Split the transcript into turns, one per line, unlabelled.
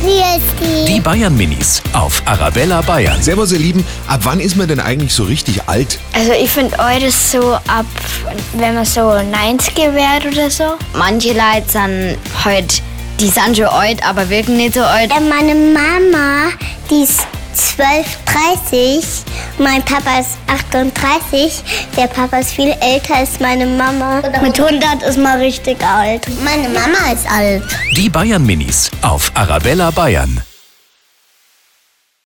Hier ist
Die Bayern Minis auf Arabella Bayern.
Servus, ihr Lieben. Ab wann ist man denn eigentlich so richtig alt?
Also ich finde eures so ab, wenn man so 90er wird oder so.
Manche Leute sind halt, die sind schon alt, aber wirken nicht so alt.
Äh, Meine Mama, die ist 12, 30. Mein Papa ist 38. Der Papa ist viel älter als meine Mama. Mit 100 ist man richtig alt. Meine Mama ist alt.
Die Bayern Minis auf Arabella Bayern.